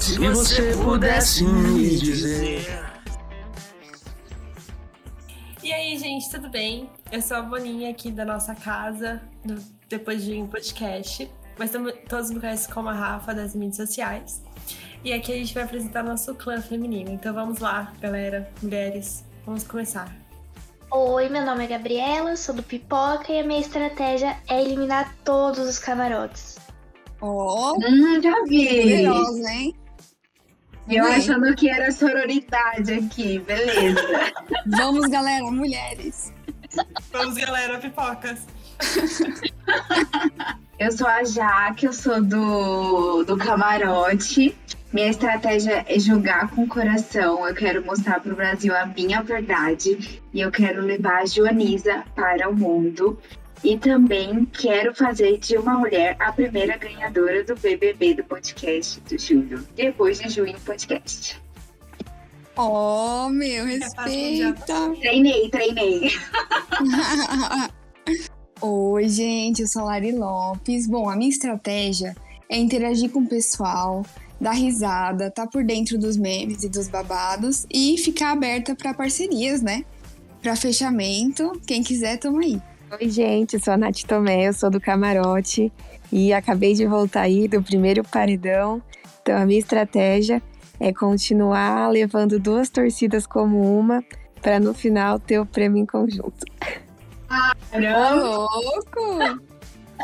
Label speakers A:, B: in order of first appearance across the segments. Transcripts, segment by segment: A: Se E você pudesse me dizer.
B: E aí, gente, tudo bem? Eu sou a Boninha aqui da nossa casa, do Depois de um Podcast. Mas tamo- todos me conhecem como a Rafa das mídias sociais. E aqui a gente vai apresentar nosso clã feminino. Então vamos lá, galera, mulheres, vamos começar.
C: Oi, meu nome é Gabriela, sou do Pipoca e a minha estratégia é eliminar todos os camarotes.
D: Ó,
E: Hum, já vi.
D: curiosa, hein?
E: E eu
D: Bem.
E: achando que era sororidade aqui, beleza.
D: Vamos, galera, mulheres.
B: Vamos, galera, pipocas!
E: Eu sou a Jaque, eu sou do, do camarote. Minha estratégia é jogar com o coração. Eu quero mostrar pro Brasil a minha verdade. E eu quero levar a Joanisa para o mundo. E também quero fazer de uma mulher a primeira ganhadora do BBB do podcast do Júlio. Depois de junho, podcast.
D: Ó, meu,
B: fácil que já
D: respeita.
E: Treinei, treinei.
D: Oi, gente, eu sou a Lari Lopes. Bom, a minha estratégia é interagir com o pessoal, dar risada, tá por dentro dos memes e dos babados e ficar aberta pra parcerias, né? Pra fechamento, quem quiser, toma aí.
F: Oi, gente, sou a Nath Tomé, eu sou do Camarote e acabei de voltar aí do primeiro paredão. Então, a minha estratégia é continuar levando duas torcidas como uma para no final ter o prêmio em conjunto.
D: Tá louco!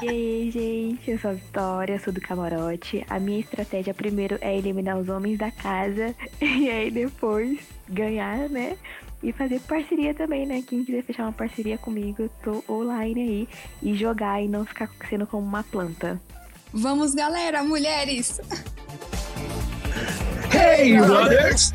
G: E aí, gente, eu sou a Vitória, sou do Camarote. A minha estratégia primeiro é eliminar os homens da casa e aí depois ganhar, né? E fazer parceria também, né? Quem quiser fechar uma parceria comigo, eu tô online aí e jogar e não ficar sendo como uma planta.
D: Vamos, galera, mulheres!
A: Hey, brothers!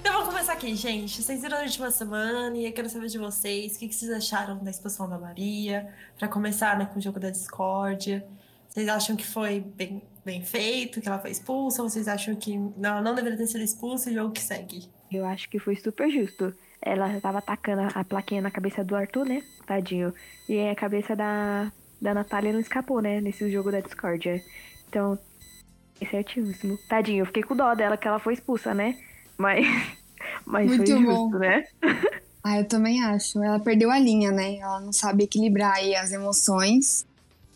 B: Então vamos começar aqui, gente. Vocês viram a última semana e eu quero saber de vocês o que que vocês acharam da expulsão da Maria, Pra começar né, com o jogo da discórdia. Vocês acham que foi bem, bem feito, que ela foi expulsa? Ou vocês acham que ela não deveria ter sido expulsa e o jogo que segue?
G: Eu acho que foi super justo. Ela já tava atacando a plaquinha na cabeça do Arthur, né? Tadinho. E aí a cabeça da, da Natália não escapou, né? Nesse jogo da discórdia. Então, é certíssimo. Tadinho, eu fiquei com dó dela que ela foi expulsa, né? Mas, mas foi
D: Muito
G: justo,
D: bom.
G: né?
D: Ah, eu também acho. Ela perdeu a linha, né? Ela não sabe equilibrar aí as emoções.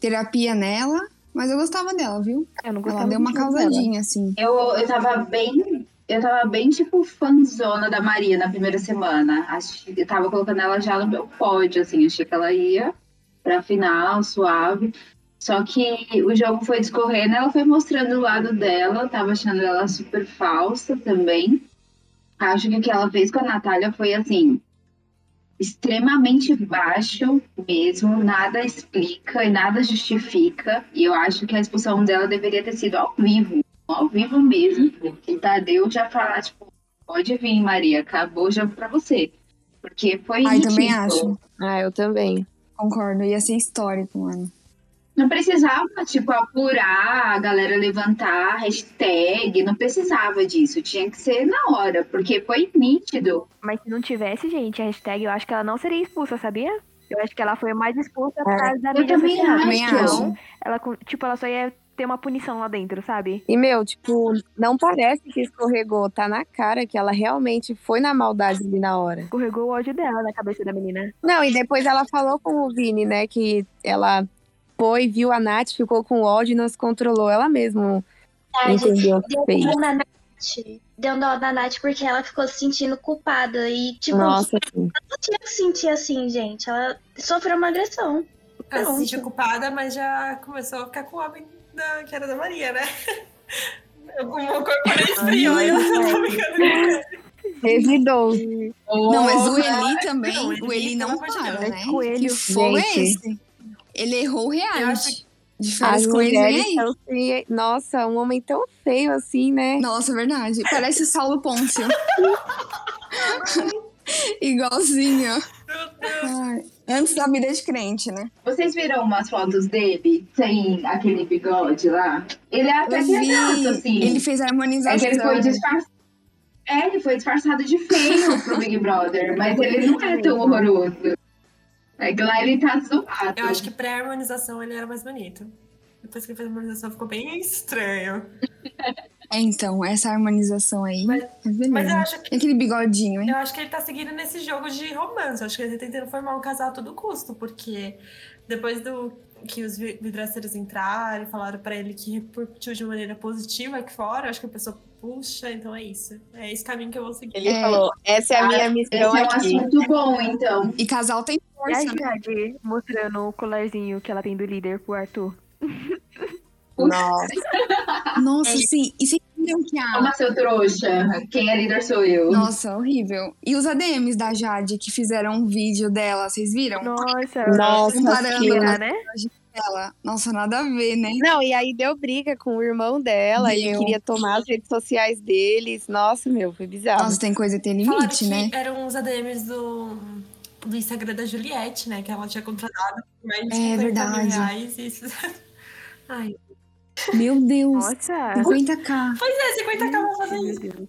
D: Terapia nela, mas eu gostava dela, viu?
G: Eu não gostava
D: Ela deu uma
G: muito dela.
D: causadinha, assim.
E: Eu, eu tava bem. Eu tava bem, tipo, fanzona da Maria na primeira semana. Achei, eu tava colocando ela já no meu pódio, assim. Achei que ela ia pra final, suave. Só que o jogo foi discorrendo, ela foi mostrando o lado dela. eu Tava achando ela super falsa também. Acho que o que ela fez com a Natália foi, assim, extremamente baixo mesmo. Nada explica e nada justifica. E eu acho que a expulsão dela deveria ter sido ao vivo ao vivo mesmo. E Tadeu já falar, tipo, pode vir, Maria, acabou o jogo pra você. Porque foi
D: Ah, eu também
E: ridículo.
D: acho.
F: Ah, eu também.
D: Concordo. Ia ser histórico, mano.
E: Não precisava, tipo, apurar, a galera levantar, hashtag, não precisava disso. Tinha que ser na hora, porque foi nítido.
G: Mas se não tivesse, gente, a hashtag, eu acho que ela não seria expulsa, sabia? Eu acho que ela foi mais expulsa por causa da
E: Eu
G: mídia
E: também
G: social.
E: acho.
D: Também
G: Então, ela, com- tipo, ela só ia ter uma punição lá dentro, sabe?
F: E, meu, tipo, não parece que escorregou. Tá na cara que ela realmente foi na maldade ali na hora.
G: Escorregou o ódio dela na cabeça da menina.
F: Não, e depois ela falou com o Vini, né? Que ela foi, viu a Nath, ficou com ódio e não se controlou. Ela mesmo entendeu o que
C: Deu
F: fez.
C: dó na Nath. Deu dó na Nath porque ela ficou se sentindo culpada. E, tipo,
F: Nossa,
C: ela
F: sim.
C: não tinha que sentir assim, gente. Ela sofreu uma agressão.
B: Ela se
C: Pronto.
B: sentiu culpada, mas já começou a ficar com o homem da, que era da Maria, né? Eu com o meu corpo nem esfriou, eu tô brincando com
F: revidou.
D: Não, mas o
E: Porra!
D: Eli também.
B: Não, ele-
D: o Eli não
B: pelo amor de
D: para,
B: Deus, é
D: né?
G: coelho.
D: Que fogo é
F: Gente.
D: esse? Ele errou o
B: Eu acho
D: reality. De férias
F: As
D: com ele
F: mulheres
D: aí.
F: são assim, Nossa, um homem tão feio assim, né?
D: Nossa, é verdade. Parece o Saulo Pôncio. Igualzinho.
B: Meu Deus.
D: Ai, Antes da vida de crente, né?
E: Vocês viram umas fotos dele sem aquele bigode lá? Ele é até
D: Eu
E: que é
D: vi.
E: gato, assim.
D: Ele fez a harmonização.
E: É que ele foi disfarçado. É, ele foi disfarçado de feio pro Big Brother, mas ele não é tão horroroso. É que lá ele tá zoado.
B: Eu acho que pré-harmonização ele era mais bonito. Depois que ele fez a harmonização ficou bem estranho.
D: É, Então, essa harmonização aí.
B: Mas-
D: é beleza.
B: Mas eu acho que.
D: E aquele bigodinho, hein?
B: Eu acho que ele tá seguindo nesse jogo de romance. Eu acho que ele tá tentando formar um casal a todo custo, porque depois do que os vi- vidraceiros entraram e falaram pra ele que repercutiu de maneira positiva aqui fora, eu acho que a pessoa, puxa, então é isso. É esse caminho que eu vou seguir.
F: Ele
D: É.
F: falou, essa é a
E: Ah,
F: minha
E: Esse é
F: missão
E: um
F: aqui.
E: assunto bom, então.
D: E casal tem
G: E a
D: força, né?
G: Jade mostrando o colarzinho que ela tem do líder pro Arthur.
F: Nossa,
D: Nossa,
E: é-
D: sim. E vocês viram que a.
E: Toma, seu trouxa. Quem é líder sou
F: Hum.
E: eu.
D: Nossa, é horrível. E os ADMs da Jade que fizeram um vídeo dela, vocês viram?
G: Nossa,
F: nossa,
D: Comparando,
F: que-
G: ela, né?
D: Ela. Nossa, nada a ver, né?
F: Não, e aí deu briga com o irmão dela, ele
D: Deu.
F: queria tomar as redes sociais deles. Nossa, meu, foi bizarro.
D: Nossa, tem coisa que tem
B: Falaram
D: limite,
B: que
D: né?
B: eram os ADMs do, do Instagram da Juliette, né? Que ela tinha contratado por mais de
D: É
B: 50
D: verdade.
B: mil reais. E isso... Ai,
D: Meu Deus.
G: Nossa.
D: 50k.
B: é 50 k vão fazer isso.
G: Meu Deus.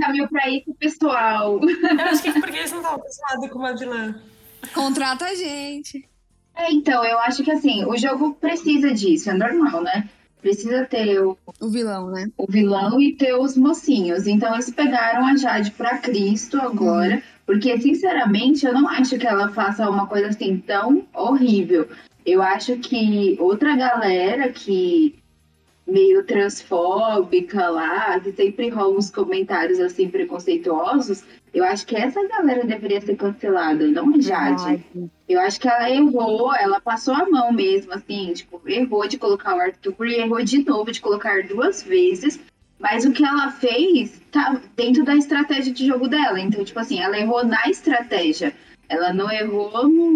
E: Tá meio pra ir com o pessoal.
B: Eu acho que é porque eles não estavam acostumados com uma vilã.
D: Contrata a gente.
E: É, então, eu acho que assim, o jogo precisa disso, é normal, né? Precisa ter o,
D: O vilão, né?
E: o vilão e ter os mocinhos. Então, eles pegaram a Jade pra Cristo agora, porque, sinceramente, eu não acho que ela faça uma coisa assim tão horrível. Eu acho que outra galera que meio transfóbica lá, que sempre rola uns comentários assim preconceituosos, eu acho que essa galera deveria ser cancelada, não a Jade. Eu acho que ela errou, ela passou a mão mesmo, assim, tipo, errou de colocar o Arthur e errou de novo de colocar duas vezes. Mas o que ela fez tá dentro da estratégia de jogo dela. Então, tipo assim, ela errou na estratégia. Ela não errou no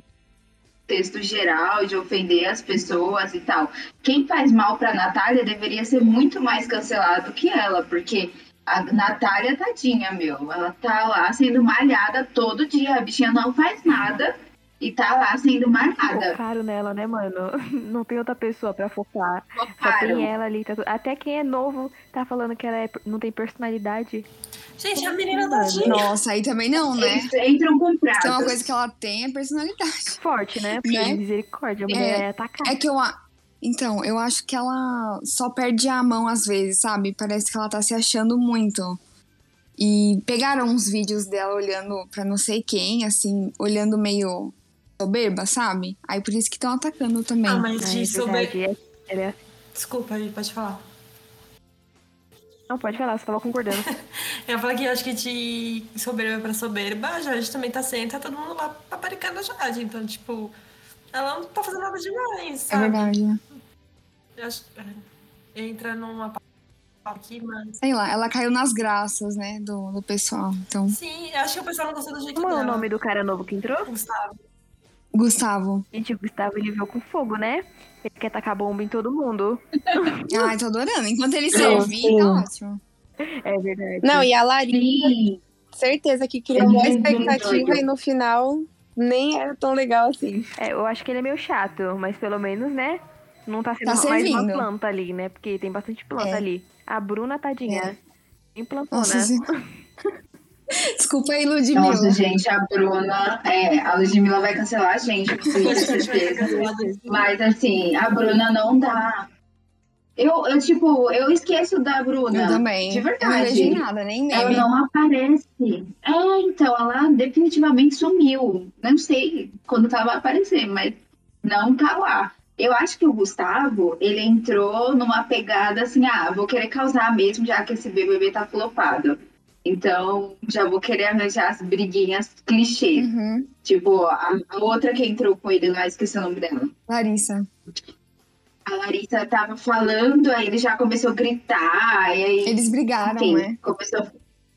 E: texto geral de ofender as pessoas e tal. Quem faz mal pra Natália deveria ser muito mais cancelado que ela, porque a Natália, tadinha, meu, ela tá lá sendo malhada todo dia. A bichinha não faz nada e tá lá sendo malhada.
G: Focaram nela, né, mano? Não tem outra pessoa pra focar. Só tem
E: Focaram.
G: ela ali. Tá... tudo- Até quem é novo tá falando que ela é- não tem personalidade.
B: Gente, a menina da Gina.
D: Nossa, aí também não, né?
E: Eles entram com pratos.
D: Então, uma coisa que ela tem é personalidade.
G: Forte, né? Porque
D: Né?
G: misericórdia, a mulher é, atacada.
D: É que eu. a- Então, eu acho que ela só perde a mão às vezes, sabe? Parece que ela tá se achando muito. E pegaram uns vídeos dela olhando pra não sei quem, assim, olhando meio soberba, sabe? Aí por isso que estão atacando também.
B: Ah, mas
G: Ah, é
B: de sobre...
G: verdade, é- ela é-
B: Desculpa, aí, pode falar.
G: Não, pode falar, você tava concordando.
B: Eu falo que eu acho que de soberba pra soberba, a Jade também tá sendo, tá todo mundo lá paparicando a Jade. Então, tipo, ela não tá fazendo nada demais,
D: é
B: sabe?
D: verdade, né?
B: Eu acho... é, Entra numa pa- aqui, mas...
D: Sei lá, ela caiu nas graças, né, do, do pessoal. Então,
B: Sim, eu acho que o pessoal não gostou do jeito
G: Como é
B: dela.
G: o nome do cara novo que entrou? tipo,
B: Gustavo.
D: Gustavo.
G: Gente, o Gustavo ele veio com fogo, né? Ele quer tacar bomba em todo mundo.
D: Ai, tô adorando. Enquanto ele
F: Não,
D: servir,
F: sim.
D: tá ótimo.
G: É verdade.
F: Não, e a Lari,
E: Sim.
F: certeza que criou
E: Ele
F: uma
E: é muito
F: expectativa
E: doido.
F: e no final nem era tão legal assim.
G: É, eu acho que ele é meio chato, mas pelo menos, né? Não tá sendo
D: Tá
G: mais uma
D: servindo.
G: planta ali, né? Porque tem bastante planta
D: É.
G: ali. A Bruna, tadinha. né? Bem plantona.
D: Nossa, se- Desculpa aí, Ludmilla.
E: Nossa, gente, a Bruna. É, a Ludmilla vai cancelar a gente, com certeza. Mas assim, a Bruna não dá. Eu, eu tipo, eu esqueço da
D: eu
E: Bruna.
D: também.
E: de
D: Eu não
E: verdade.
D: vejo em nada, nem
E: Ela
D: meme.
E: não aparece. É, então, ela definitivamente sumiu. Não sei quando tava aparecendo, mas não tá lá. Eu acho que o Gustavo, ele entrou numa pegada assim, ah, vou querer causar mesmo, já que esse BBB tá flopado. Então, já vou querer arranjar as briguinhas clichês.
D: Uhum.
E: Tipo, a a outra que entrou com ele lá, esqueci o nome dela.
D: Larissa.
E: A Larissa tava falando, aí ele já começou a gritar, e aí,
D: Eles brigaram,
E: enfim,
D: né?
E: começou.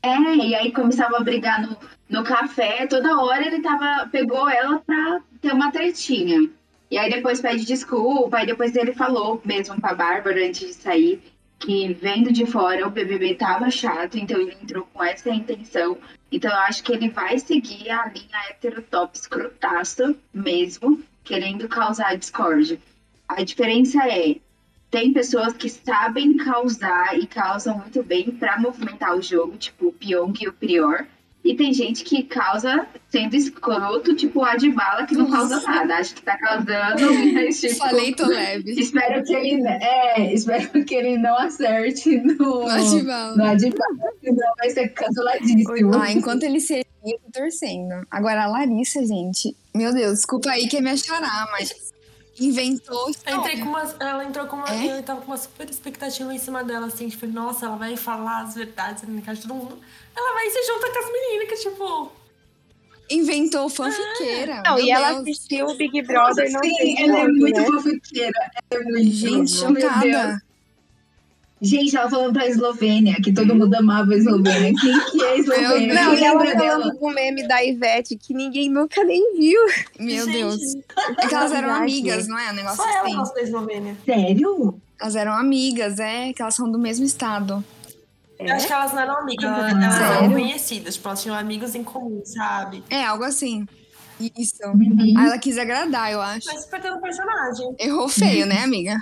E: É, e aí começava a brigar no, no café, toda hora ele tava, pegou ela pra ter uma tretinha. E aí depois pede desculpa, aí depois ele falou mesmo pra Bárbara antes de sair que vendo de fora o BBB tava chato, então ele entrou com essa intenção. Então eu acho que ele vai seguir a linha heterotop escrotaço mesmo, querendo causar discórdia. A diferença é, tem pessoas que sabem causar e causam muito bem pra movimentar o jogo, tipo o Pyong e o Prior. E tem gente que causa sendo escroto, tipo a de bala, que não causa nada. Acho que tá causando, mas tipo.
D: Falei, tô leve.
E: Espero que ele. É, espero que ele não acerte no.
D: Bate bala.
E: No Adibala, senão vai ser canceladíssimo.
D: Ah, enquanto ele servia, eu tô torcendo. Agora, a Larissa, gente, meu Deus, desculpa aí que é minha xará, mas inventou
B: Eu entrei
D: história.
B: com uma- ela entrou com uma.
D: É?
B: Eu tava com uma super expectativa em cima dela, assim, tipo, nossa, ela vai falar as verdades na casa de todo mundo. Ela vai e se junta com as meninas, que tipo.
D: Inventou fanfiqueira.
F: Não,
D: meu
F: e ela
D: Deus.
F: assistiu o Big Brother, não
E: Sim,
F: sei
E: ela é
F: quanto,
E: muito
F: né?
E: fofoqueira. Ela é muito.
D: Gente,
E: meu Deus.
D: chocada.
E: Gente, ela falando pra Eslovênia, que todo mundo amava a Eslovênia. Quem que é a Eslovênia?
D: Meu
F: Não,
E: Quem
F: e ela
E: lembra dela?
F: falando com o meme da Ivete, que ninguém nunca nem viu.
D: Meu
B: gente,
D: Deus. É que elas eram
F: Verdade.
D: amigas, não é? Um negócio
B: Só ela
D: assim.
B: gosta da Eslovênia.
E: Sério?
D: Elas eram amigas, é, que elas são do mesmo estado.
G: É?
B: Eu acho que elas não eram amigas,
E: Ah,
B: elas elas eram
D: sério?
B: conhecidas, tipo, elas tinham amigos em comum, sabe?
D: É, algo assim. Isso.
E: Uhum.
D: Aí ela quis agradar, eu acho.
B: Mas perdendo o personagem.
D: Errou feio, né, amiga?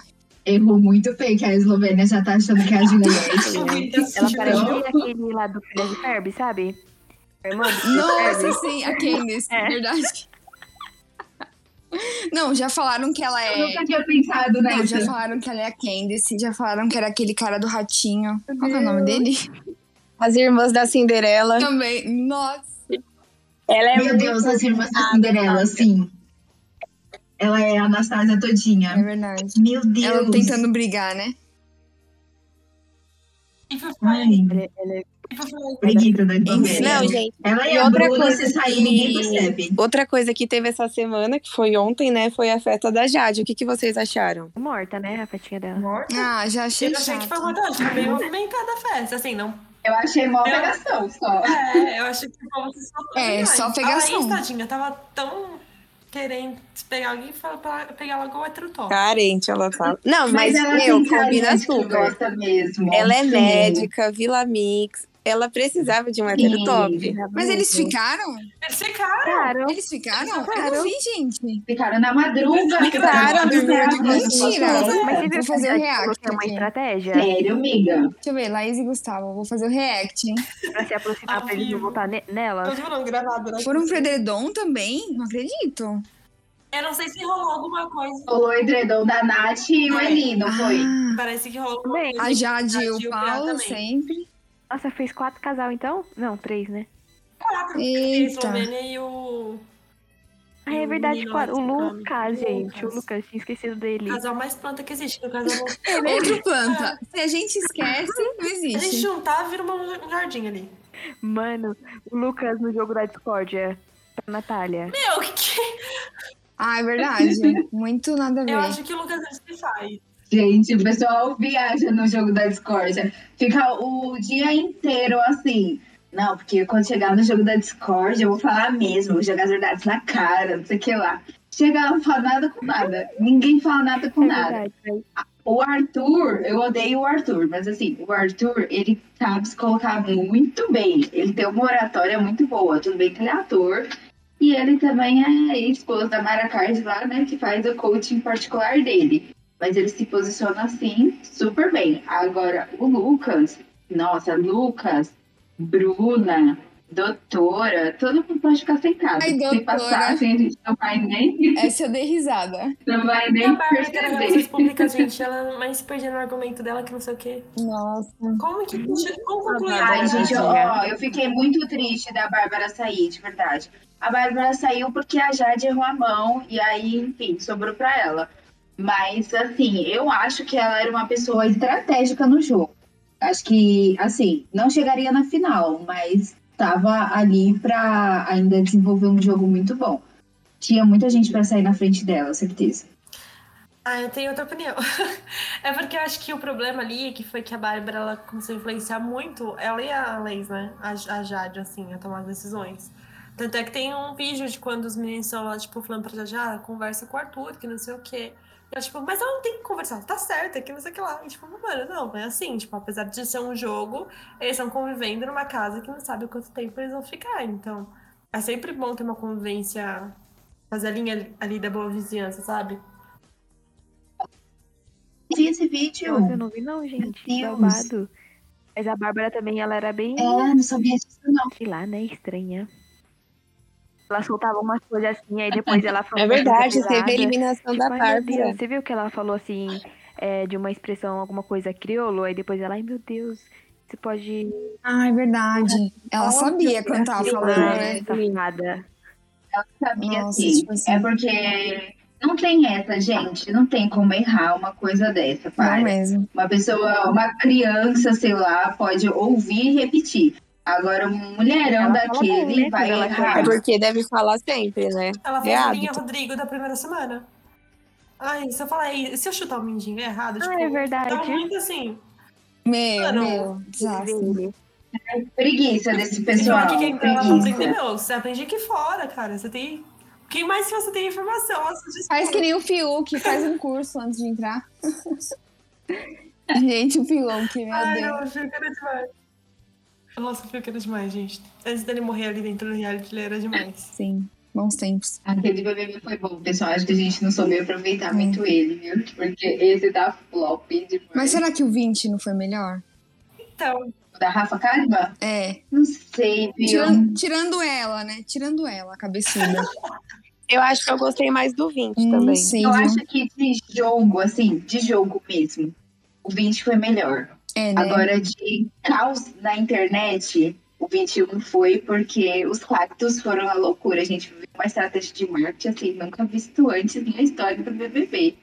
E: Errou muito feio que a Eslovênia já tá achando que é a Juliette.
G: Ela parece é
E: Não.
G: aquele lá do Fred Ferb, sabe? Irmão,
D: É, Nossa, sim, a Candice,
G: É.
D: verdade. Não, já falaram que ela
E: Eu
D: é.
E: nunca tinha pensado
D: Não, já
E: nessa.
D: falaram que ela é a Candice, já falaram que era aquele cara do ratinho. Qual que é o nome dele?
F: As irmãs da Cinderela.
D: Também. Nossa.
F: Ela é
E: Meu
F: muito-
E: Deus, as irmãs da Cinderela, sim. Ela é a Anastasia
D: É
E: todinha.
D: verdade.
E: Meu Deus.
D: Ela tentando brigar, né?
B: E por falar
E: Ai,
G: ela, ela é
B: e por falar
E: preguiça da
F: Não,
E: Eslovênia.
F: gente.
E: Ela
F: e
E: é a
F: outra
E: Bruna,
F: coisa
E: se sair,
F: que-
E: ninguém percebe.
F: Outra coisa que teve essa semana, que foi ontem, né? Foi a festa da Jade. O que, que vocês acharam?
G: morta, né? A fatinha dela.
D: Ah, já achei
B: Eu achei que foi
D: chato.
B: uma das bem movimentada a festa, assim, não.
E: Eu achei mó pegação só.
B: É, eu achei que foi você só
D: É,
B: demais.
D: só
B: A Laís,
D: pegação.
B: tadinha, tava tão querendo pegar alguém e falar pra ela pegar logo o heterotó.
G: Tá.
F: Carente, ela fala. Não, mas,
E: ela
F: meu,
E: tem cara
F: combina
E: de que
F: super.
E: gosta mesmo.
F: Ela é
E: Sim.
F: médica, Vila Mix. Ela precisava de um hétero
E: Sim.
F: top.
D: Mas eles ficaram?
B: Eles ficaram.
G: Claro.
D: Eles ficaram? Eu não
G: Ficaram.
D: vi, gente.
E: Ficaram na madruga.
F: Ficaram, dormiram de
D: mentira.
G: Mas você viu
D: Vou fazer
G: que
D: o
G: ela falou
D: react
G: que É uma
D: aqui.
G: estratégia
E: Sério, amiga.
D: Deixa eu ver, Laís e Gustavo, vou fazer o react, hein?
G: pra se aproximar
B: Ao
G: pra eles não
B: vivo.
G: voltar ne-
B: Não,
G: nela.
B: não, não, gravado, né?
D: Foram pro Edredom também? Não acredito.
B: Eu não sei se rolou alguma coisa.
E: Rolou o edredom da Nath e
F: É.
E: o Eli, não foi?
D: Ah,
B: Parece que rolou alguma
G: Bem,
B: coisa.
D: a Jade e
B: A Gil
D: o Paulo
B: também.
D: sempre.
G: Nossa, fez quatro casal então? Não, três, né?
B: Quatro, porque
D: Eita.
B: a Eslovênia e o
G: Ah, é
B: O
G: verdade,
B: menino
G: quatro. O
B: lá de
G: Lucas,
B: Ciclone.
G: gente. O
B: Lucas. Ah.
G: Lucas, tinha esquecido dele.
B: casal mais planta que existe, que é o casal
D: Outro planta. Se a gente esquece, não
B: Se a gente
D: existe.
B: juntar, vira uma- um jardim ali.
G: Mano, o Lucas no jogo da discórdia. Pra Natália. É
B: Meu, que...
D: Ah, é verdade. Muito nada a
B: eu
D: ver.
B: acho que o Lucas Andes que faz.
E: Gente, o pessoal viaja no jogo da discórdia. Fica o dia inteiro assim. Não, porque quando chegar no jogo da discórdia, eu vou falar mesmo, vou jogar as verdades na cara, não sei o que lá. Chega lá, não fala nada com nada. Ninguém fala nada com
G: É
E: nada.
G: verdade, né?
E: O Arthur, eu odeio o Arthur, mas assim, o Arthur, ele sabe se colocar muito bem. Ele tem uma oratória muito boa. Tudo bem que ele é ator. E ele também é esposo da Mara Cardi lá, né? Que faz o coaching particular dele. Mas ele se posiciona assim, super bem. Agora, o Lucas, nossa, Lucas, Bruna, doutora, todo mundo pode ficar sentado.
D: Ai,
E: Se
D: doutora.
E: passar, assim, a gente não vai nem,
D: Essa eu dei risada.
E: não vai
B: E a
E: nem
B: Bárbara que era
E: perceber.
B: relações públicas, gente, ela é mais se perdendo no argumento dela que não sei o quê.
D: Nossa.
B: Como que como concluiu?
E: Ai, gente,
B: eu...
E: ó, ó, eu fiquei muito triste da Bárbara sair, de verdade. A Bárbara saiu porque a Jade errou a mão e aí, enfim, sobrou pra ela. Mas, assim, eu acho que ela era uma pessoa estratégica no jogo. Acho que, assim, não chegaria na final, mas tava ali pra ainda desenvolver um jogo muito bom. Tinha muita gente pra sair na frente dela, certeza.
B: Ah, eu tenho outra opinião. é porque eu acho que o problema ali é que foi que a Bárbara ela começou a influenciar muito, ela e a Leis, né? A, a Jade, assim, a tomar as decisões. Tanto é que tem um vídeo de quando os meninos estão lá, tipo, falando pra Jade, ah, conversa com o Arthur, que não sei o quê. E ela, tipo, mas ela não tem que conversar, tá certo, é que não sei o que lá. E, tipo, mano, não, é assim, tipo, apesar de ser um jogo, eles estão convivendo numa casa que não sabe quanto tempo eles vão ficar. Então, é sempre bom ter uma convivência, fazer a linha ali da boa vizinhança, sabe?
E: Vi esse
G: Nossa, eu
E: vídeo.
G: não vi não, gente.
E: Meu Deus.
G: Babado. Mas a Bárbara também, ela era bem,
E: É, não sabia disso, não.
G: sei lá, né? Estranha. Ela soltava umas coisas assim, aí depois ela falou.
F: É
G: uma coisa
F: verdade, teve a
G: pesada.
F: eliminação
G: Tipo,
F: da
G: ai, meu
F: Bárbara.
G: Deus, você viu que ela falou assim, é, de uma expressão, alguma coisa crioulo, aí depois ela, ai meu Deus, você pode.
D: Ah, é verdade. Ela sabia quando tava falando, né?
G: Ai, safada.
E: Sabia
D: Nossa,
E: sim.
D: tipo assim.
E: É porque não tem essa, gente. Não tem como errar uma coisa dessa, para.
D: Não é. mesmo.
E: Uma pessoa, uma criança, sei lá, pode ouvir e repetir. Agora, um mulherão
G: Ela fala
E: daquele
G: bem, né,
E: vai
G: quando ela
E: errar.
F: É porque deve falar sempre, né?
B: Ela
F: É
B: fez a linha
F: hábito.
B: Rodrigo da primeira semana. Ai, se eu falar isso, se eu chutar o mindinho errado,
G: Ah,
B: tipo,
G: é verdade.
B: tá muito assim.
D: Meu,
B: Mano,
D: meu, desastre.
E: Preguiça desse pessoal.
B: Pessoal, que quem tá lá não
E: preguiça.
B: aprendeu. Você aprende aqui fora, cara. Você tem. Quem mais que você tem informação? Nossa, desculpa.
D: Faz que nem o Fiuk, faz um curso antes de entrar. Gente, o Fiuk, meu
B: Ai,
D: Deus.
B: não, o Fiuk era demais. Nossa, o Fiuk era demais, gente. Antes dele morrer ali dentro do reality, ele era demais.
D: Sim, bons tempos.
E: Aquele BBB foi bom, pessoal. Acho que a gente não soube aproveitar muito ele, viu? Porque esse tá flop demais.
D: Mas será que o 20 não foi melhor?
B: Então,
E: O Da Rafa Kalimann?
D: É.
E: Não sei, viu?
D: Tirando, tirando ela, né? Tirando ela, a cabeçuda.
F: Eu acho que eu gostei mais do 20
D: Não
F: também.
D: sei,
E: Eu
D: viu?
E: acho que de jogo, assim, de jogo mesmo, o 20 foi melhor.
D: É, né?
E: Agora, de caos na internet, o 21 foi porque os quatro foram a loucura. A gente viu uma estratégia de marketing assim, nunca visto antes na história do BBB,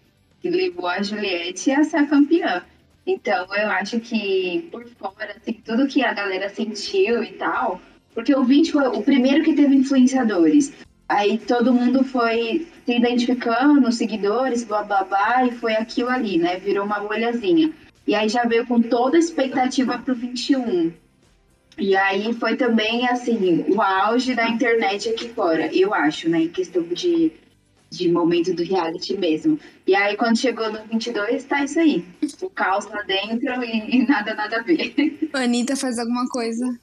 E: que levou a Juliette a ser a campeã. Então, eu acho que por fora, assim, tudo que a galera sentiu e tal, porque o 20 foi o primeiro que teve influenciadores. Aí todo mundo foi se identificando, os seguidores, blá blá blá, e foi aquilo ali, né? Virou uma bolhazinha. E aí já veio com toda a expectativa pro 21. E aí foi também, assim, o auge da internet aqui fora, eu acho, né? Em questão de, de momento do reality mesmo. E aí quando chegou no 22, tá isso aí. O caos lá dentro e, e nada, nada a ver.
D: Anitta faz alguma coisa.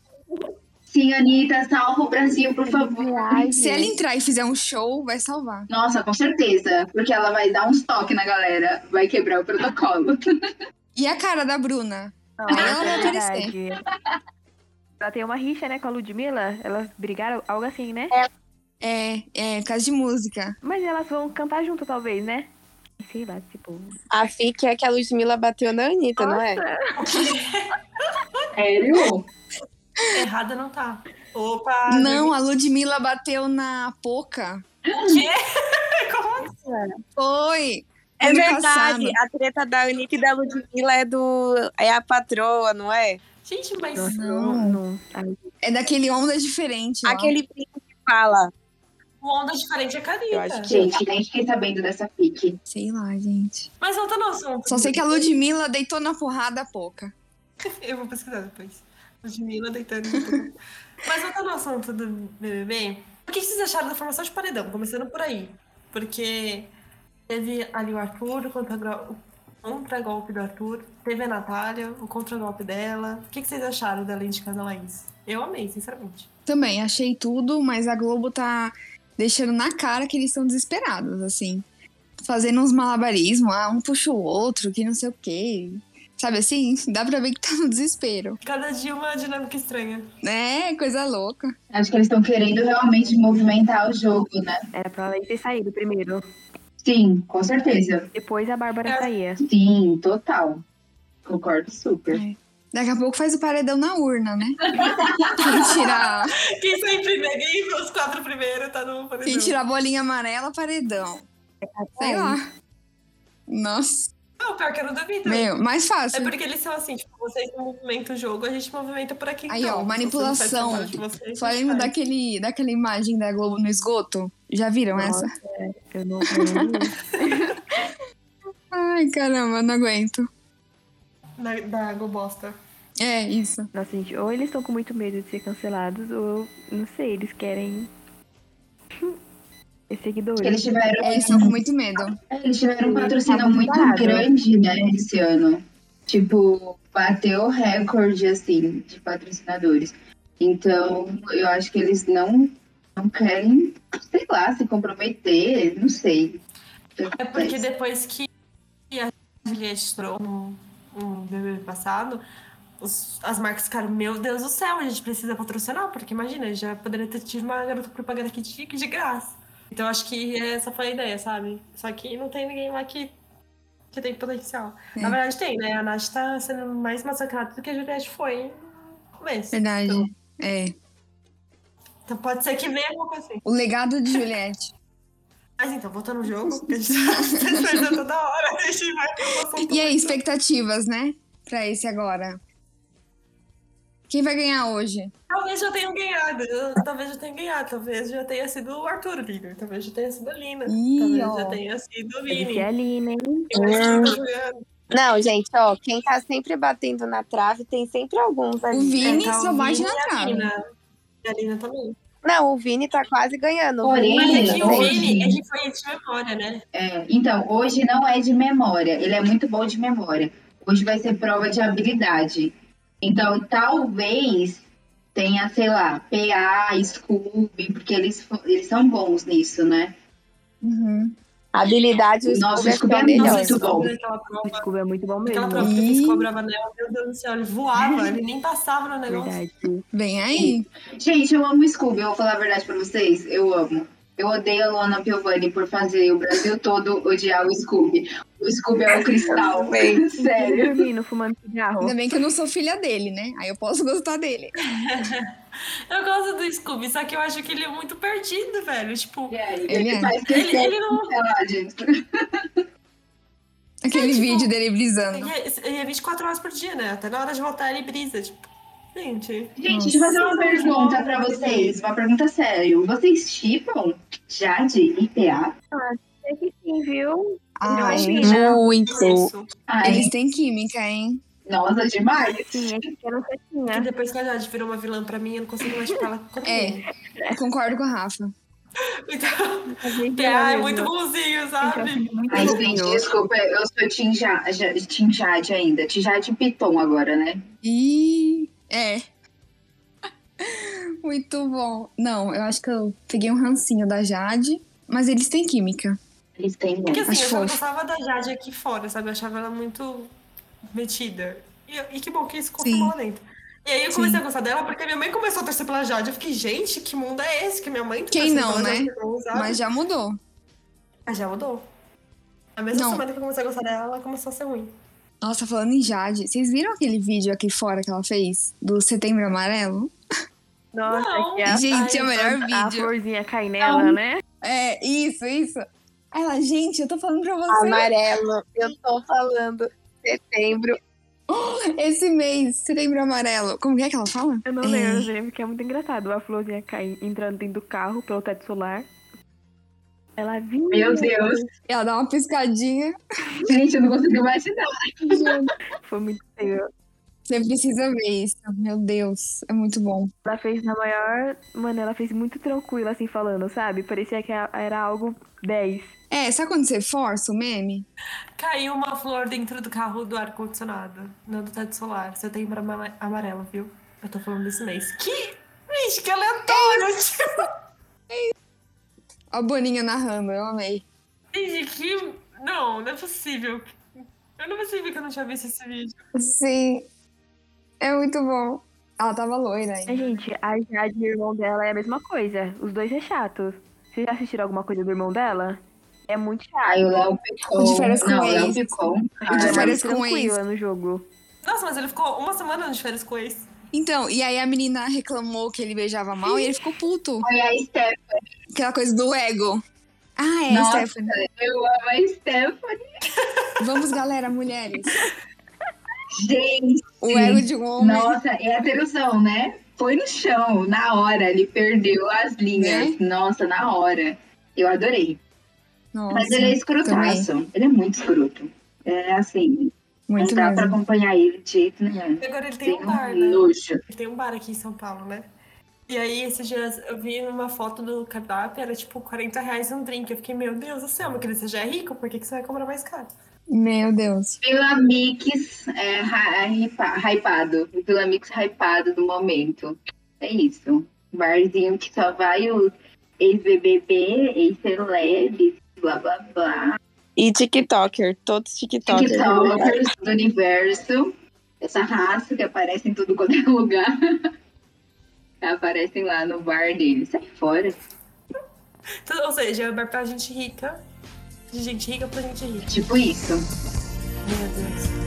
E: Sim, Anitta, salva o Brasil, por favor.
D: Se ela entrar e fizer um show, vai salvar.
E: Nossa, com certeza. Porque ela vai dar uns toques na galera. Vai quebrar o protocolo.
D: E a cara da Bruna?
E: é
D: Aí ela vai aparecer.
G: Ela tem uma rixa, né, com a Ludmilla? Elas brigaram, algo assim, né?
D: É, é, por causa de música.
G: Mas elas vão cantar junto, talvez, né? Sei lá, tipo.
F: A FIC é que a Ludmilla bateu na Anitta, não é?
E: Sério?
B: errada não tá. Opa!
D: Não, a Ludmilla bateu na Poca.
B: Como
D: Foi.
F: É
D: Ano passado.
F: verdade, a treta da Anitta e da Ludmilla é do. É a patroa, não é?
B: Gente, mas.
G: Nossa,
D: Não.
G: não. não. Ai,
D: É daquele onda diferente. lá.
F: Aquele primo que fala.
B: O onda diferente é
F: Eu acho
B: carita.
F: que-
E: Gente, nem fiquei sabendo dessa pique.
D: Sei lá, gente.
B: Mas voltando ao assunto.
D: Só sei que a Ludmilla deitou na porrada a Poca.
B: Eu vou pesquisar depois. Ludmilla deitando. em tudo. Mas voltando ao assunto do BBB, o que vocês acharam da formação de paredão? Começando por aí. Porque teve ali o Arthur, o contra- o contra-golpe do Arthur, teve a Natália, o contra-golpe dela. O que vocês acharam dela indicando a Laís? Eu amei, sinceramente.
D: Também, achei tudo, mas a Globo tá deixando na cara que eles são desesperados, assim. Fazendo uns malabarismos, ah, um puxa o outro, que não sei o quê. Sabe assim? Dá pra ver que tá no desespero.
B: Cada dia uma dinâmica estranha.
D: É, coisa louca.
E: Acho que eles estão querendo realmente movimentar o jogo, né?
G: Era pra ela ter saído primeiro.
E: Sim, com certeza.
G: Depois a Bárbara
B: É.
G: saía.
E: Sim, total. Concordo super.
D: Daqui a pouco faz o paredão na urna, né? Quem tirar,
B: Quem sai em primeiro, quem os quatro primeiros tá no paredão.
D: quem tirar a bolinha amarela, paredão. Sei lá. Nossa.
B: Não, pior que eu não duvido.
D: Meu, mais
B: É
D: fácil.
B: porque eles são assim, tipo, vocês movimentam o jogo, a gente movimenta por aqui.
D: Aí,
B: então.
D: ó,
B: Se
D: manipulação.
B: você não faz por baixo de vocês,
D: Só
B: a gente
D: lembro
B: faz.
D: daquele, daquela imagem da Globo no esgoto. Já viram essa?
G: Nossa, Eu não. eu não-
D: Ai, caramba, não aguento.
B: Na- Da Gobosta.
D: É, isso.
G: Nossa, gente, ou eles estão com muito medo de ser cancelados, ou não sei, eles querem. ter seguidores.
E: Eles tiveram,
D: É, eles estão com muito medo.
E: eles tiveram um patrocínio
G: Tá
E: muito
G: parado.
E: grande, né, esse ano. Tipo, bateu recorde, assim, de patrocinadores. Então, eu acho que eles não, não querem, sei lá, se comprometer, não sei.
B: É porque depois que a Juliette estourou no, no BBB passado, os- as marcas ficaram, meu Deus do céu, a gente precisa patrocinar, porque imagina, já poderia ter tido uma garota propaganda aqui de, de graça. Então acho que essa foi a ideia, sabe? Só que não tem ninguém lá que, que tem potencial. Na
D: É.
B: verdade tem, né? A Nath tá sendo mais massacrada do que a Juliette foi no começo.
D: Verdade.
B: Então,
D: É.
B: então pode ser que venha alguma coisa assim.
D: O legado de Juliette.
B: Mas então, voltando ao jogo, porque a gente tá perdendo toda hora, a gente vai pro assunto.
D: E é- aí, expectativas, né? Pra esse agora. Quem vai ganhar hoje?
B: Talvez eu tenha ganhado, eu- talvez eu tenha ganhado, talvez já tenha sido o Arthur o líder, talvez já tenha sido a Lina,
D: Ih,
B: talvez
D: ó.
B: já tenha sido o
G: Pode ser
B: Vini.
G: a Lina, hein?
B: Eu acho que eu tô jogando.
F: Não, gente, ó, quem tá sempre batendo na trave tem sempre alguns ali.
D: O Vini
B: Então,
D: só bate
B: Vini
D: na
B: e a
D: trave.
B: Lina. E a Lina também.
F: Não, o Vini tá quase ganhando. O
E: Porém,
F: Vini-
B: Mas é que o
E: hoje-
B: Vini, ele foi de memória, né?
E: É, então, hoje não é de memória, ele é muito bom de memória. Hoje vai ser prova de habilidade. Então, talvez tenha, sei lá, PA, Scooby, porque eles, fo- eles são bons nisso, né?
D: Uhum.
F: habilidade, o
E: Nossa,
F: Scooby acho que é o
E: o Scooby é
F: melhor.
E: muito
B: Nossa,
E: bom.
B: Aquela prova,
G: O Scooby é muito bom mesmo.
B: aquela prova que ele
D: Ih.
B: ficou brava nela, meu Deus do céu, ele voava, ele nem passava no negócio.
G: é Verdade.
D: Vem aí.
E: Gente, eu amo Scooby, eu vou falar a verdade pra vocês. Eu amo. Eu odeio a Luana Piovani por fazer o Brasil todo odiar o Scooby. O Scooby é o cristal.
F: também.
E: Sério.
G: Dormindo, fumando cigarro.
D: Ainda bem que eu não sou filha dele, né? Aí eu posso gostar dele.
B: Eu gosto É do Scooby, só que eu acho que ele é muito perdido, velho. Tipo,
E: Ele
D: é.
E: faz
B: ele,
E: questão
B: ele não.
E: de falar, gente.
D: Aquele
B: É, tipo,
D: vídeo dele brisando.
B: Ele é, ele é 24 horas por dia, né? Até na hora de voltar ele brisa. Tipo, gente.
E: Gente, deixa eu fazer uma pergunta pra vocês. Uma pergunta séria. Vocês chipam Jade e PA?
G: É que sim, viu?
D: Ai,
G: acho que não.
F: Muito.
B: Isso.
E: Ai,
D: eles têm química, hein?
E: nossa, demais.
G: Sim, é que eu não sei quem
B: E
G: é.
B: depois que a Jade virou uma vilã pra mim, eu não consigo mais falar com ninguém.
D: É. Eu concordo com a Rafa.
B: Então,
G: Às vezes
B: PA é
G: eu
B: muito
G: mesmo.
B: bonzinho,
G: Então,
B: sabe?
G: assim, muito
E: Ai,
G: bom.
E: gente, desculpa, eu sou Tim Ja- Ja- Tim Jade ainda. Tim Jade e Piton agora, né?
D: E é. Muito bom. Não, eu acho que eu peguei um rancinho da Jade, mas eles têm química.
E: Eles têm bom.
B: Porque assim,
D: Acho
B: eu já não
D: fofo.
B: gostava da Jade aqui fora, sabe? Eu achava ela muito metida. E, e que bom que isso
D: Sim.
B: confirmou lá dentro. E aí eu comecei a gostar dela porque minha mãe começou a torcer pela Jade. Eu fiquei, gente, que mundo é esse? Que minha mãe tá
D: Quem
B: torcendo
D: não,
B: pela Jade,
D: né?
B: não, sabe?
D: Mas já mudou.
B: Mas já mudou. A mesma
D: Não.
B: semana que eu comecei a gostar dela, ela começou a ser ruim.
D: Nossa, falando em Jade, vocês viram aquele vídeo aqui fora que ela fez? Do Setembro Amarelo?
G: Nossa,
B: Não.
G: que a-
D: Gente, é o melhor
G: A
D: vídeo.
G: florzinha cai
E: um-
G: nela, né?
D: É, isso, isso. Ela, gente, eu tô falando pra você.
F: Amarelo, eu tô falando. Setembro.
D: Esse mês, Setembro Amarelo. Como que é que ela fala?
G: Eu não
D: É.
G: lembro, gente, porque é muito engraçado. A florzinha cai entrando dentro do carro pelo teto solar. Ela vinha.
E: Meu Deus,
D: Ela dá uma piscadinha.
E: gente, eu não consigo imaginar.
G: Foi muito feio.
D: Você precisa ver isso. Meu Deus, é muito bom.
G: Ela fez na maior. Mano, ela fez muito tranquila, assim, falando, sabe? Parecia que a- era algo 10.
D: É, sabe quando você força o meme?
B: Caiu uma flor dentro do carro do ar-condicionado, não do teto solar. Se eu tenho pra ama- amarelo, viu? Eu tô falando desse mês. Que. Gente, que aleatório! tipo,
D: Ó, a Boninha narrando, eu amei.
B: Gente, que. Não, não é possível. Eu não percebi que eu não tinha visto esse vídeo.
D: Sim. É muito bom. Ela tava loira
G: É,
D: ainda.
G: gente, a Jade e o irmão dela é a mesma coisa. Os dois é chato. Vocês já assistiram alguma coisa do irmão dela? É muito chato.
E: Ai, o Léo Picon.
D: O de férias com
E: não, o Léo
D: ex.
E: Picon.
G: Ela é
D: de
G: mais
D: férias com ex.
G: tranquila no jogo.
B: Nossa, mas ele ficou uma semana de férias com ex.
D: Então, e aí a menina reclamou que ele beijava mal e ele ficou puto.
E: Ai, a Stephanie.
D: Aquela coisa do ego. Ah, é,
E: Nossa.
D: Stephanie.
E: Eu amo a Stephanie.
D: Vamos, galera, mulheres.
E: Gente,
D: O
E: Sim.
D: ego de um homem.
E: nossa, é heterosão, né? Foi no chão, na hora, ele perdeu as linhas.
D: Né?
E: Nossa, na hora. Eu adorei.
D: Nossa,
E: Mas ele é escrotaço. Ele é muito escroto. É assim,
D: muito
E: não dá pra
D: mesmo.
E: acompanhar ele de jeito nenhum.
B: E agora ele tem
E: Tem
B: um bar,
E: um
B: né?
E: luxo.
B: Tem um bar aqui em São Paulo, né? E aí, esses dias, eu vi uma foto do cardápio, era tipo 40 reais um drink. Eu fiquei, meu Deus do céu, meu querido, você já é rico, por que, que você vai comprar mais caro?
D: Meu Deus.
E: Vila Mix é, ra- hypa- hypado. Vila Mix hypado do momento. É isso. Barzinho que só vai o ex-BBB, ex-celebs, blá blá blá.
F: E TikToker, todos TikTokers.
E: TikTokers do universo. essa raça que aparece em tudo quanto é lugar. Aparecem lá no bar dele. Sai fora.
B: Então, Ou seja, é um bar pra gente rica. De gente rica pra gente rica.
E: Tipo isso.
B: Meu Deus.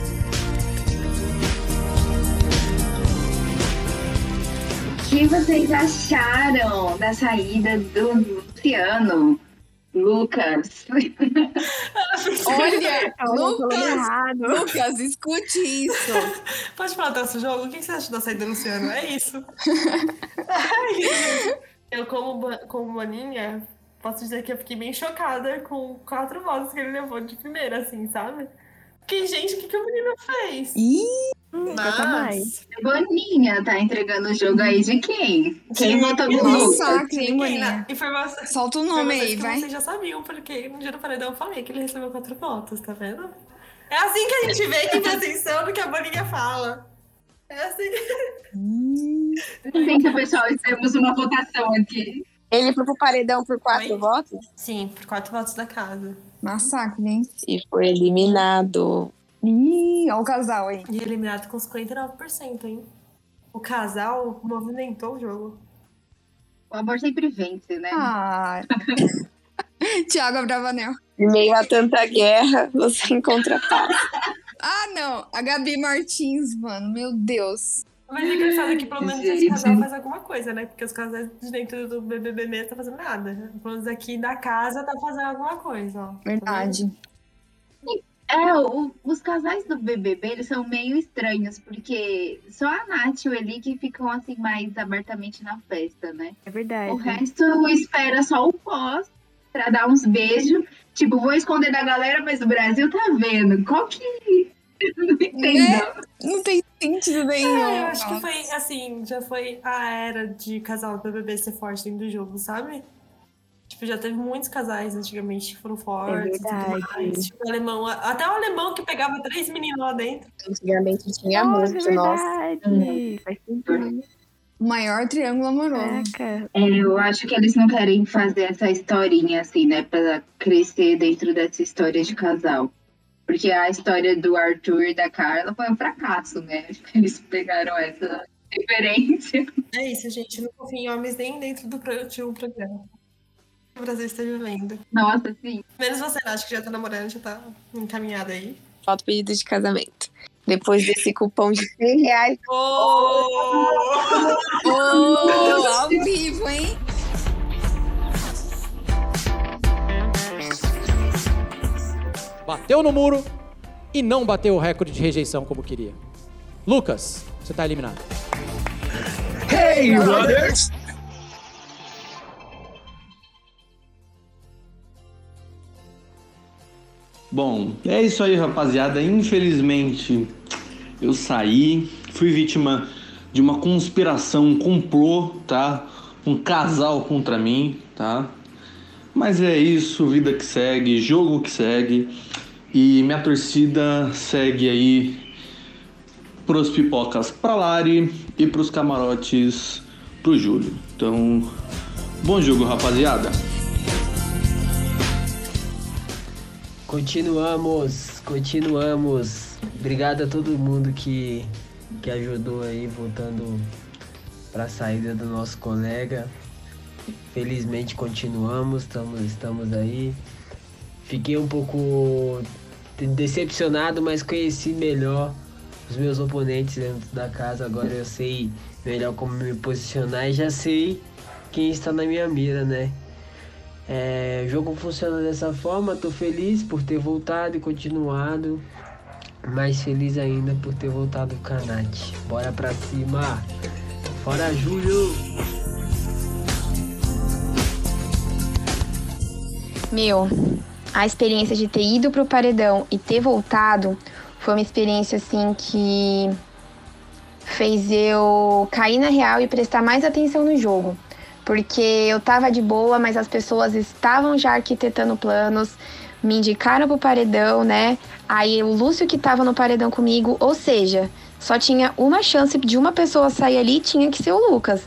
E: O que vocês acharam da saída do Luciano? Lucas.
D: Olha,
G: Olha, falei
D: Lucas,
G: errado.
D: Lucas, escute isso.
B: Pode falar do nosso jogo? O que você acha da saída do Luciano? É isso. É Ai, eu, como, ba- como maninha, posso dizer que eu fiquei bem chocada com quatro votos que ele levou de primeira, assim, sabe? Porque, gente, o que, que o menino fez?
D: Ih,
B: Mas...
G: mais.
E: Boninha tá entregando o jogo aí de quem?
B: Sim.
E: Quem votou no
D: nossa,
E: Lucas?
D: sacre, hein,
B: Ninguém,
D: maninha?
B: né? Informação...
D: Solta o nome
B: informações
D: aí,
B: que
D: vai.
B: Vocês já sabiam, porque no dia do paredão eu falei que ele recebeu quatro votos, tá vendo? É assim que a gente vê quem presta atenção no que a Boninha fala. É assim que...
D: Hum,
E: Licença, pessoal, temos uma votação aqui.
F: Ele foi pro paredão por quatro
B: Oi?
F: votos
B: Sim, por quatro votos da casa.
D: massacre, hein?
F: e foi eliminado.
D: Ih, olha o casal aí.
B: E é eliminado com 59%, hein? O casal movimentou o jogo.
E: O amor sempre vence, né?
D: Ah. Tiago Bravanel.
F: Em meio a tanta guerra, você encontra paz.
D: Ah, não. A Gabi Martins, mano. Meu Deus.
B: Mas é engraçado que pelo menos esse
E: Gente.
B: casal faz alguma coisa, né? Porque os casais de dentro do BBB mesmo tá fazendo nada. né? Pelo menos aqui da casa tá fazendo alguma coisa, ó. Tá
D: Verdade.
E: É, o- os casais do BBB, eles são meio estranhos, porque só a Nath e o Eli que ficam assim mais abertamente na festa, né?
G: É verdade.
E: O resto espera só o pós pra dar uns beijos. Tipo, vou esconder da galera, mas o Brasil tá vendo. Qual que. Não entendo.
D: Né? Não tem sentido nenhum.
B: É, eu acho que foi assim, já foi a era de casal do BBB ser forte dentro do jogo, sabe? Tipo, já teve muitos casais antigamente que foram fortes. e tudo
G: verdade.
B: mais. Tipo, o alemão, até o alemão que pegava três meninos lá dentro.
F: Antigamente tinha
G: nossa,
F: muito,
G: é
F: nossa.
G: verdade. Faz sentido.
D: O maior triângulo amoroso.
G: Caraca.
E: É, eu acho que eles não querem fazer essa historinha assim, né? Pra crescer dentro dessa história de casal. Porque a história do Arthur e da Carla foi um fracasso, né? Acho que Eles pegaram essa referência.
B: É isso, gente. Não confia em homens nem dentro do pro- de um programa. O Brasil está vivendo.
E: Nossa, sim.
B: Menos você, Nath, que já tá namorando, já tá encaminhada aí.
F: Falta pedido de casamento. Depois desse cupom de 100 reais,
D: Ô, ao vivo, hein?
H: Bateu no muro e não bateu o recorde de rejeição como queria. Lucas, você tá eliminado.
A: Hey, brothers!
I: Bom, é isso aí, rapaziada. Infelizmente, eu saí, fui vítima de uma conspiração, um complô, tá? Um casal contra mim, tá? Mas é isso, vida que segue, jogo que segue. E minha torcida segue aí pros pipocas pra Lari e pros camarotes pro Júlio. Então, bom jogo, rapaziada.
J: Continuamos, continuamos. Obrigado a todo mundo que, que ajudou aí voltando para a saída do nosso colega. Felizmente continuamos, estamos, estamos aí. Fiquei um pouco de- decepcionado, mas conheci melhor os meus oponentes dentro da casa. Agora eu sei melhor como me posicionar e já sei quem está na minha mira, né? É, o jogo funciona dessa forma, tô feliz por ter voltado e continuado, mais feliz ainda por ter voltado com a Nath. Bora pra cima! Fora Júlio!
F: Meu, a experiência de ter ido pro paredão e ter voltado foi uma experiência assim que fez eu cair na real e prestar mais atenção no jogo. Porque eu tava de boa, mas as pessoas estavam já arquitetando planos, me indicaram pro paredão, né? Aí o Lúcio que tava no paredão comigo, ou seja, só tinha uma chance de uma pessoa sair ali e tinha que ser o Lucas.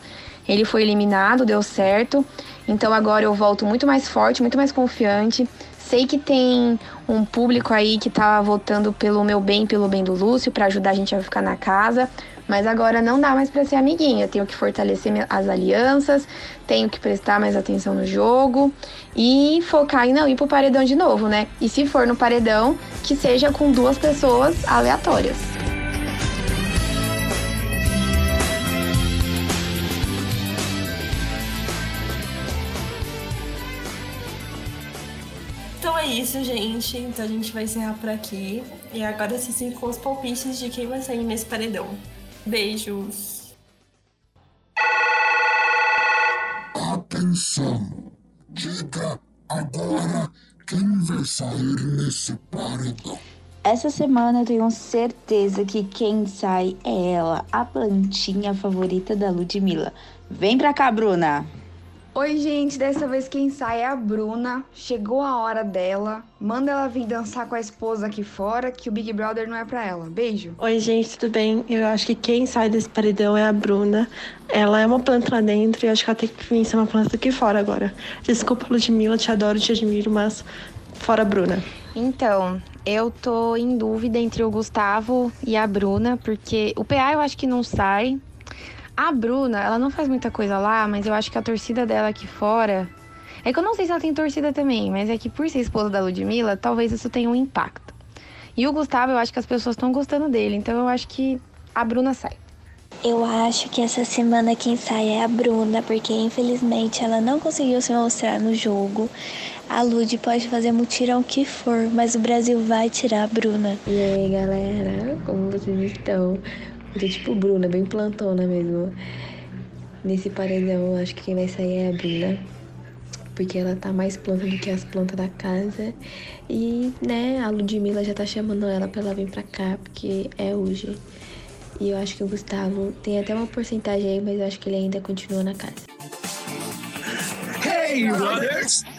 F: Ele foi eliminado, deu certo. Então agora eu volto muito mais forte, muito mais confiante,
D: Sei que tem um público aí que tá votando pelo meu bem, pelo bem do Lúcio, pra ajudar a gente a ficar na casa. Mas agora não dá mais pra ser amiguinha. Tenho que fortalecer minha- as alianças, tenho que prestar mais atenção no jogo e focar em não ir pro paredão de novo, né? E se for no paredão, que seja com duas pessoas aleatórias.
K: Então é isso, gente. Então a gente vai encerrar por aqui. E agora assistem com os palpites de quem vai sair nesse paredão. Beijos.
L: Atenção! Diga agora quem vai sair nesse paredão.
M: Essa semana eu tenho certeza que quem sai é ela, a plantinha favorita da Ludmilla. Vem pra cá, Bruna!
N: Oi, gente. Dessa vez quem sai é a Bruna. Chegou a hora dela. Manda ela vir dançar com a esposa aqui fora, que o Big Brother não é pra ela. Beijo.
B: Oi, gente, tudo bem? Eu acho que quem sai desse paredão é a Bruna. Ela é uma planta lá dentro e eu acho que ela tem que vir ser uma planta aqui fora agora. Desculpa, Ludmilla, te adoro, te admiro, mas fora a Bruna.
D: Então, eu tô em dúvida entre o Gustavo e a Bruna, porque o PA eu acho que não sai. A Bruna, ela não faz muita coisa lá, mas eu acho que a torcida dela aqui fora. É que eu não sei se ela tem torcida também, mas é que por ser esposa da Ludmilla, talvez isso tenha um impacto. E o Gustavo, eu acho que as pessoas estão gostando dele, então eu acho que a Bruna sai.
C: Eu acho que essa semana quem sai é a Bruna, porque infelizmente ela não conseguiu se mostrar no jogo. A Lud pode fazer mutirão que for, mas o Brasil vai tirar a Bruna.
E: E aí, galera, como vocês estão? Eu tô tipo Bruna, bem plantona mesmo. Nesse paredão, eu acho que quem vai sair é a Bruna. Porque ela tá mais planta do que as plantas da casa. E, né, a Ludmilla já tá chamando ela pra ela vir pra cá, porque é hoje. E eu acho que o Gustavo tem até uma porcentagem aí, mas eu acho que ele ainda continua na casa.
A: Hey, brothers!